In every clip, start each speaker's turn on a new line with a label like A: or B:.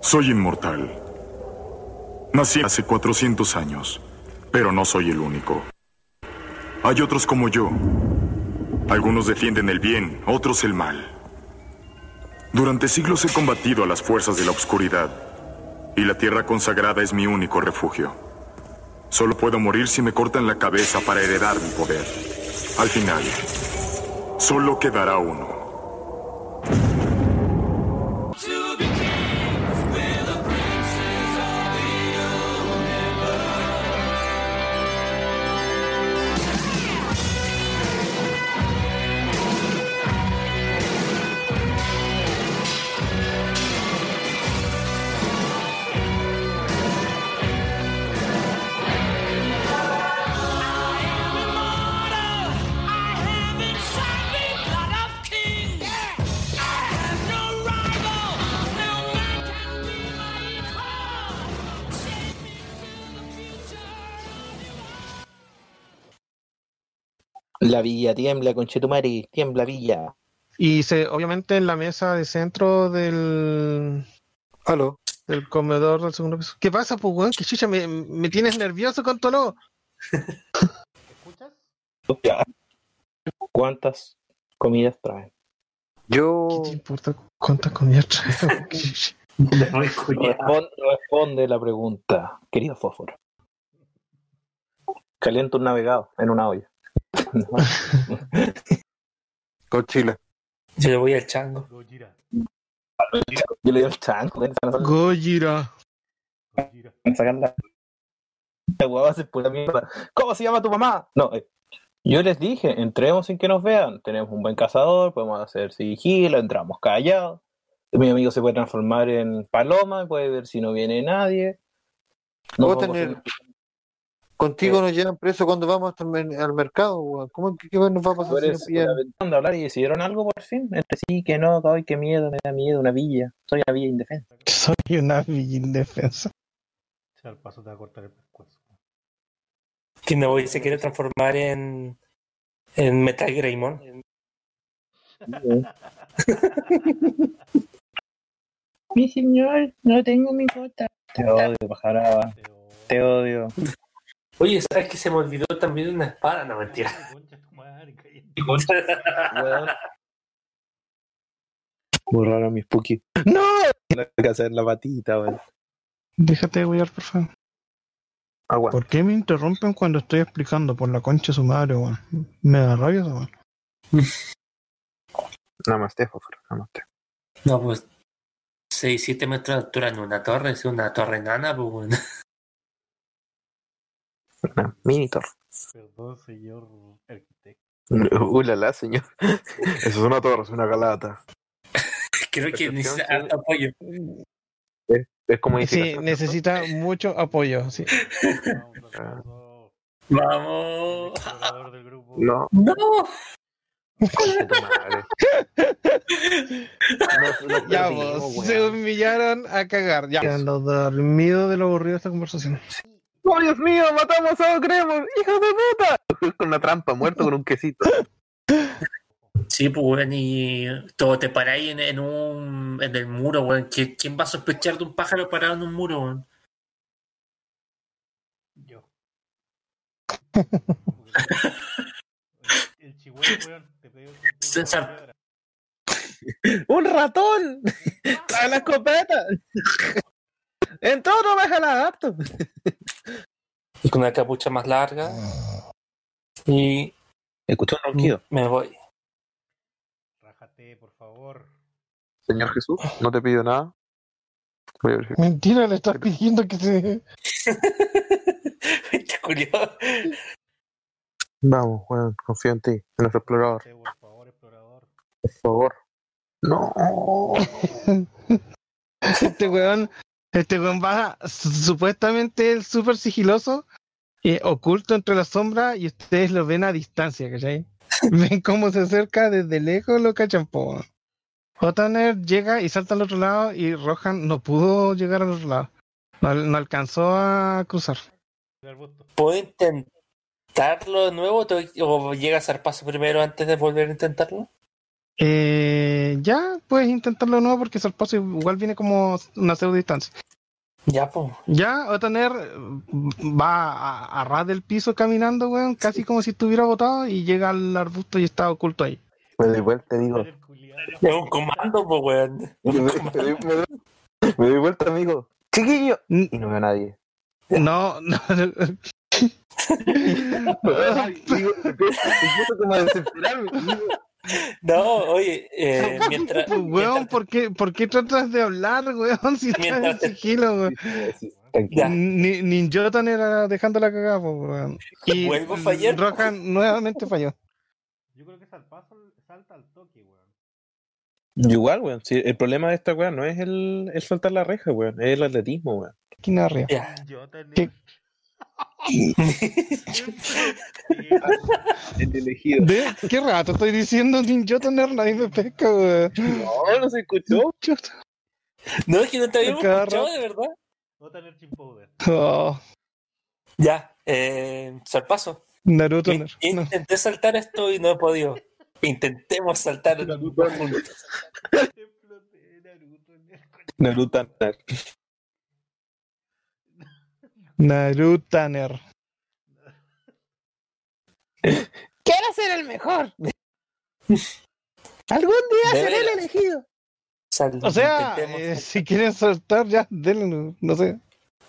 A: Soy inmortal. Nací hace 400 años, pero no soy el único. Hay otros como yo. Algunos defienden el bien, otros el mal. Durante siglos he combatido a las fuerzas de la oscuridad, y la tierra consagrada es mi único refugio. Solo puedo morir si me cortan la cabeza para heredar mi poder. Al final, solo quedará uno.
B: La villa tiembla, conchetumari, tiembla villa.
C: Y se, obviamente en la mesa de centro del,
D: Aló.
C: del comedor del segundo piso. ¿Qué pasa, pues, weón? ¿Qué chucha? ¿Me, me tienes nervioso con todo?
E: ¿Escuchas?
B: ¿Cuántas comidas traen?
C: ¿Qué
D: Yo.
C: te importa cuántas comidas traigo? ¿Qué chucha?
E: No, escuchas.
B: Respon- responde la pregunta, querido fósforo. Calienta un navegado en una olla.
D: Cochila.
F: Yo le voy al chango.
E: Gojira.
B: Yo le doy el chanco. ven, van a sacar-
C: Gojira.
E: Gojira.
B: van a sacar la- la guava se pone mierda. ¿Cómo se llama tu mamá? No, eh, yo les dije, entremos sin que nos vean. Tenemos un buen cazador, podemos hacer sigilo, entramos callados. Mi amigo se puede transformar en paloma, puede ver si no viene nadie. No
D: Vos
B: vamos a
D: tenés-
B: hacer-
D: Contigo nos llevan preso cuando vamos hasta el men- al mercado, weón. ¿Cómo que qué nos va a pasar si
B: Pobres,
D: nos pillan?
B: la ventana de hablar y decidieron algo por fin. Entre sí, que no, que, ay, qué miedo, me da miedo, una villa. Soy una villa indefensa.
C: Soy una villa indefensa.
E: Si al paso te va a cortar el pescuezo.
F: Que no voy, se quiere transformar en. En Metal Greymon.
B: Mi señor, no tengo mi cota. Te odio, pajaraba,
E: Pero-
B: te odio.
F: Oye, ¿sabes que se me olvidó también una espada? No, mentira.
E: Concha tu madre, cállate.
B: Weón. Borraron mis Spooky. ¡No! Tengo que hacer la patita, weón.
C: Déjate de wear, por favor.
B: Agua.
C: ¿Por qué me interrumpen cuando estoy explicando? Por la concha de su madre, weón. Me da rabia, esa weón.
D: Namaste, Joffre, namaste.
F: No, pues. 6, 7 metros de altura en una torre, es una torre enana, pues bueno.
D: Una mini torre.
E: Perdón, señor arquitecto.
D: Ulala, señor. Eso es una torre, es una galata.
F: Creo que necesita
D: Percepción, sí.
F: harto apoyo.
D: Es como
C: Sí, necesita mucho apoyo. Sí.
E: Vamos, aplauso. El
F: Vamos.
E: explorador del grupo.
D: No,
F: No.
D: coño tu madre. Nos- nos
C: Ya
D: perdimos,
C: vos,
D: weón.
C: se humillaron a cagar. Ya. Quedando dormido de lo aburrido de esta conversación.
D: ¡Oh, Dios mío! ¡Matamos a Cremos! ¡Hijo de puta! Con una trampa, muerto con un quesito.
F: Sí, pues bueno, y todo te paráis en, en un en el muro, weón. ¿Qui- ¿Quién va a sospechar de un pájaro parado en un muro, weón?
E: Yo. El chihuahua, weón. Te pedí un
F: César.
G: ¡Un ratón! ¡A la escopeta! ¡En todo no baja la adapto!
F: Y con una capucha más larga.
C: Oh.
F: Y
G: Escuchó un ronquido.
F: me voy.
E: Rájate, por favor.
D: Señor Jesús, no te pido nada. Voy a verificar.
C: Mentira, le estás pidiendo que se.
F: Este culiao.
D: Vamos, weón, confío en ti, en nuestro explorador.
E: Te, por favor, explorador.
D: Por favor. No.
C: Este weón, este weón baja su- supuestamente el súper sigiloso, eh, oculto entre la sombra, y ustedes lo ven a distancia, ¿cachai? Ven cómo se acerca desde lejos lo cachan, po, weón. Otaner llega y salta al otro lado, y Rohan no pudo llegar al otro lado. No, no alcanzó a cruzar.
E: El arbusto.
F: ¿Puedo intentarlo de nuevo? ¿Te- ¿O llega a hacer paso primero antes de volver a intentarlo?
C: Eh, ya, puedes intentarlo de nuevo porque sorpaso igual viene como una pseudo distancia.
F: Ya, po.
C: Ya, Otaner eh, va a, a ras del piso caminando, weón, casi como si estuviera botado y llega al arbusto y está oculto ahí.
H: Pues igual te digo,
E: Dale el culiao.
F: Es un comando, po, weón.
H: me, doy- me doy- me doy- me doy vuelta, amigo. Chiquillo.
C: N-
H: Y no veo a nadie.
C: No, no.
H: Digo, empiezo como a desesperarme. digo,
F: No, oye, eh, mientras.
C: Pues, weón,
F: mientras-
C: ¿por qué, por qué tratas de hablar, weón? Si estás en
F: Mientras te-
C: sigilo, weón.
H: Tranquilo.
F: Ya.
C: Ni, ni Jotan era dejando la cagada, po, weón. Y
F: Vuelvo a fallar, po.
C: Rohan nuevamente falló.
E: Yo creo que salpazo salta al toque, weón.
B: Igual, weón. Si el problema de esta weá no es el, el saltar la reja, weón. Es el atletismo, weón.
C: Esquina arriba.
F: Ya.
E: Yo tenía.
C: ¿Qué?
E: Ah.
G: El elegido.
C: ¿De? ¿Qué rato estoy diciendo Ninjotaner? Nadie me pesca, weón.
G: No, no se escuchó.
C: Chuta.
F: No, es que no te habíamos
C: Cada
F: escuchado,
C: rato.
F: de verdad.
E: Otaner Chimpoder.
C: Oh,
F: Ya, eh, salpazo.
C: Naruto.
F: In-
C: No.
F: Intenté saltar esto y no he podido. Intentemos saltar juntos.
E: Ah. Exploté Naruto en el coche.
B: Naruto.
C: Narutaner.
G: Quiero ser el mejor. Algún día
F: De
G: seré el
F: veras.
G: elegido.
F: Sal-
C: O sea,
F: intentemos
C: eh,
F: saltar.
C: si quieren saltar, ya, denle, no sé.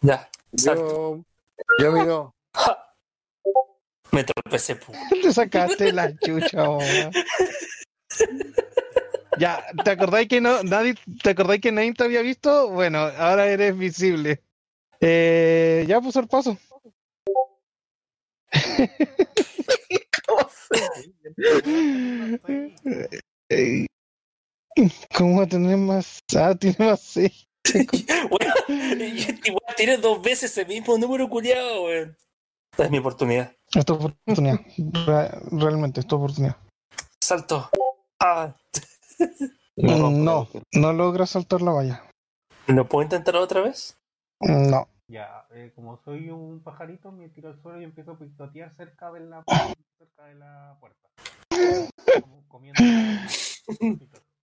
F: Ya, salto.
H: Yo, yo, amigo.
F: Me tropecé, po.
C: Le sacaste la chucha, weón. Ya, ¿te acordáis que no, nadie, te acordáis que nadie te había visto? Bueno, ahora eres visible. Eh, ya puso el paso. Eh, ¿Cómo va a tener más? Ah, tiene más seis.
F: Bueno, este igual tiré dos veces el mismo número culiado, weón. Esta es mi oportunidad.
C: Esta oportunidad. Re- realmente, esta oportunidad.
F: Salto. Ah,
C: No, no logra saltar la valla.
F: ¿lo puedo intentar otra vez?
C: No.
E: Ya, eh, como soy un pajarito, me tiro al suelo y empiezo a picotear cerca de la, cerca de la puerta. Como comiendo.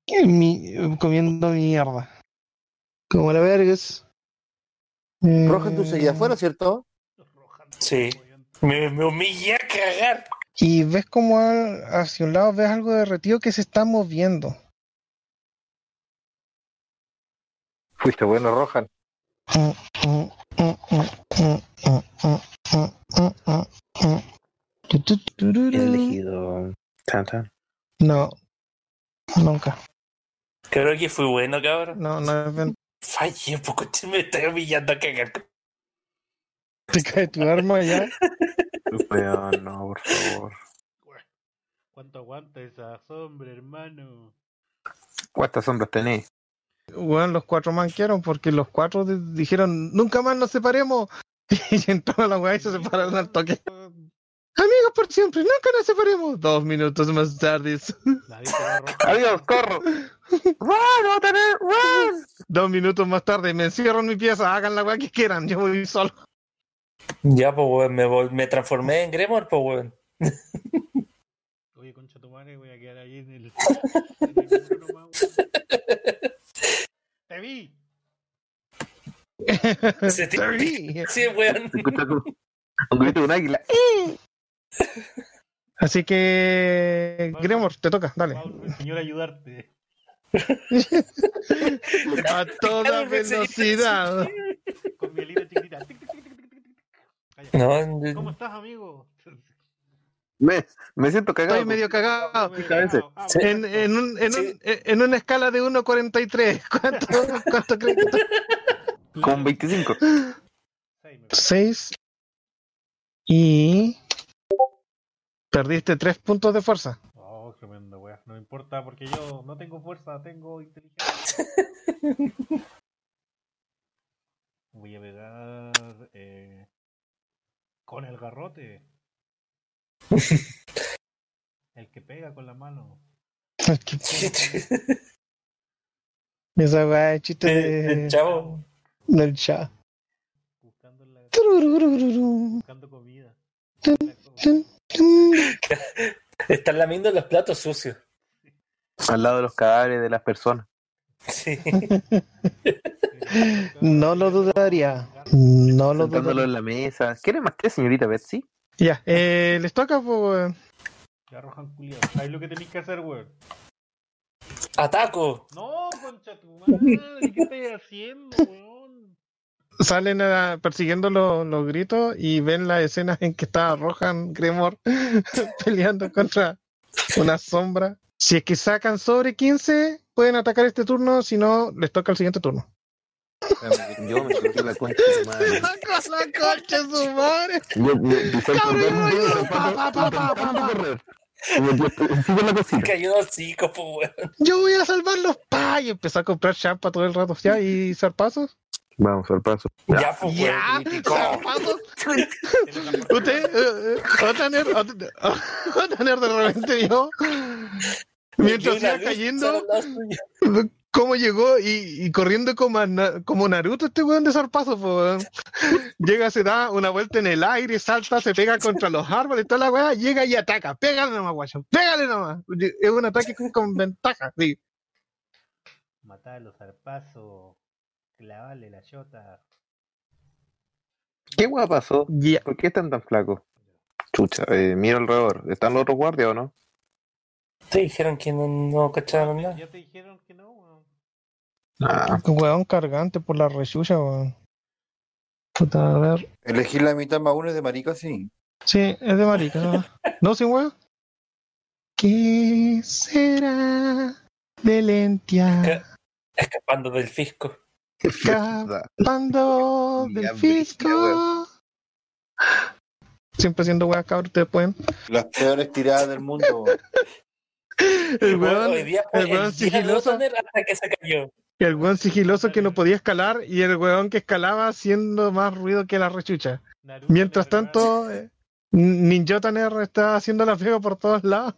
C: Eh, mi- eh, comiendo mierda. Como la vergas. Eh,
H: Roja, tú seguías afuera, ¿cierto?
F: Sí. Me, me humillé a cagar.
C: Y ves como al- hacia un lado ves algo derretido que se está moviendo.
H: Fuiste bueno, Roja.
G: elegido. Tan, tan.
C: No. Nunca.
F: Creo que fui bueno, cabrón.
C: No, no es ven-
F: Fallé, poco me estoy humillando a cagar.
C: Te cae tu arma ya.
G: Weón,
D: Ah,
G: no, por favor.
E: ¿Cuánto aguanta esa sombra, hermano?
D: ¿Cuántas sombras tenéis?
C: Bueno, los cuatro manquearon porque los cuatro di- dijeron, nunca más nos separemos. Y entró la weá y se separaron al toque. Amigos por siempre, nunca nos separemos. Dos minutos más tarde.
E: Nadie se va a robar.
D: Adiós, corro.
C: Dos minutos más tarde, me encierro en mi pieza, hagan la weá que quieran, yo voy solo.
F: Ya, pues, weón, me, vol- me transformé en Gremor, pues, weón.
E: Oye, concha tu madre, voy a quedar ahí en el. en el muro nomás, weón. ¡Te vi!
F: Ese tipo- Sí, weón.
D: Escuchas un, un grito de un águila.
C: Así que, Gremor, te toca, dale.
E: Pablo, el señor, ayudarte.
C: A toda velocidad.
E: Con mi alita chiquitita. Tic, tic, tic, tic, tic, tic, tic. Calla. ¿Cómo
F: No,
E: estás, amigo?
D: Me, me siento cagado.
C: Estoy medio cagado.
D: cabeza.
E: Ah, ah,
F: Sí.
C: En, en, un- en,
F: Sí.
C: un- en una escala de 1.43, ¿cuánto, cuánto crees que
D: Con 25.
E: Sí, me-
C: 6 y perdiste 3 puntos de fuerza.
E: Oh, tremendo, weá. No me importa porque yo no tengo fuerza, tengo inteligencia. Voy a pegar eh, con el garrote. El que pega con la mano.
C: Esa weá es chiste
F: Eh, eh,
C: de-
F: chavo.
C: del chat.
E: Buscando, la,
C: Turururururu.
E: buscando comida. La co-
C: Tum.
F: Están lamiendo los platos sucios.
D: Al lado de los cadáveres de las personas.
F: Sí.
C: No lo dudaría. No lo
D: Sentándolo
C: dudaría.
D: en la mesa. ¿Quiere más té, señorita Betsy?
C: Ya, eh, les toca, pues.
E: Ya arrojan culiado. ¿Sabes lo que tenéis que hacer, weón?
F: ¡Ataco!
E: No, concha tu madre, ¿qué estáis haciendo, weón?
C: Salen a- persiguiendo los, los gritos y ven las escenas en que está Rohan Gremor peleando contra una sombra. Si es que sacan sobre 15, pueden atacar este turno, si no, les toca el siguiente turno.
D: Yo me siento la concha de tu madre.
C: la concha su madre!
H: Yo, yo, pisé el
C: Cabrón,
H: cordón,
C: yo, pa,
H: yo,
C: pa, pa, pa,
H: intentando
C: pa, pa.
H: correr. Y yo, yo, sigo la cosita.
F: Cayó dos chicos, po, weón.
C: ¡Yo voy a salvarlos! ¡Pa! Y empezó a comprar champa todo el rato. ¿Ya? ¿Y zarpazos?
D: Vamos al paso.
F: Ya, po, weón.
C: ¡Ya! ¡Zarpazos! Usted, eh, eh, otra nerd, ot- otra nerd de repente vio mientras
F: Una
C: iba
F: luz
C: cayendo
F: al lado suyo.
C: cómo llegó y, y corriendo como, a Na- como Naruto este weón de zarpazo. po, weón. Llega, se da una vuelta en el aire, salta, se pega contra los árboles, toda la weá, llega y ataca. Pégale nomás, guacho, pégale nomás. Es un ataque con, con ventaja. sí.
E: Matar a los zarpazos. Clavarle la yota.
D: ¿Qué hueá pasó?
C: Ya.
D: ¿Por qué están tan flacos? Chucha, eh, miro alrededor. ¿Están los otros guardias o no?
F: Te dijeron que no, no cacharon nada.
E: Ya te dijeron que no, weón.
D: Ah,
C: Weón cargante por la rechucha, weón. Puta, a ver.
H: Elegir la mitad más uno es de marica, sí.
C: Sí, es de marica. ¿No, sin huevo? ¿Qué será de
F: ¿Qué?
C: Lentia?
F: Escapando del fisco.
C: Ca- Pando
D: Ya,
C: del
D: brígida,
C: fisco. Siempre siendo hueá, cabrón, ustedes pueden.
H: Las peores tiradas del mundo.
C: El
F: Bueno,
C: weón,
F: hoy día fue
C: el
F: el,
C: weón
F: día de
C: sigiloso,
F: Rotoner hasta que se cayó.
C: el weón sigiloso que no podía escalar y el weón que escalaba haciendo más ruido que la rechucha.
E: Naruto
C: Mientras
E: le regala-
C: tanto, eh, Ninjotaner está haciendo la pega por todos lados.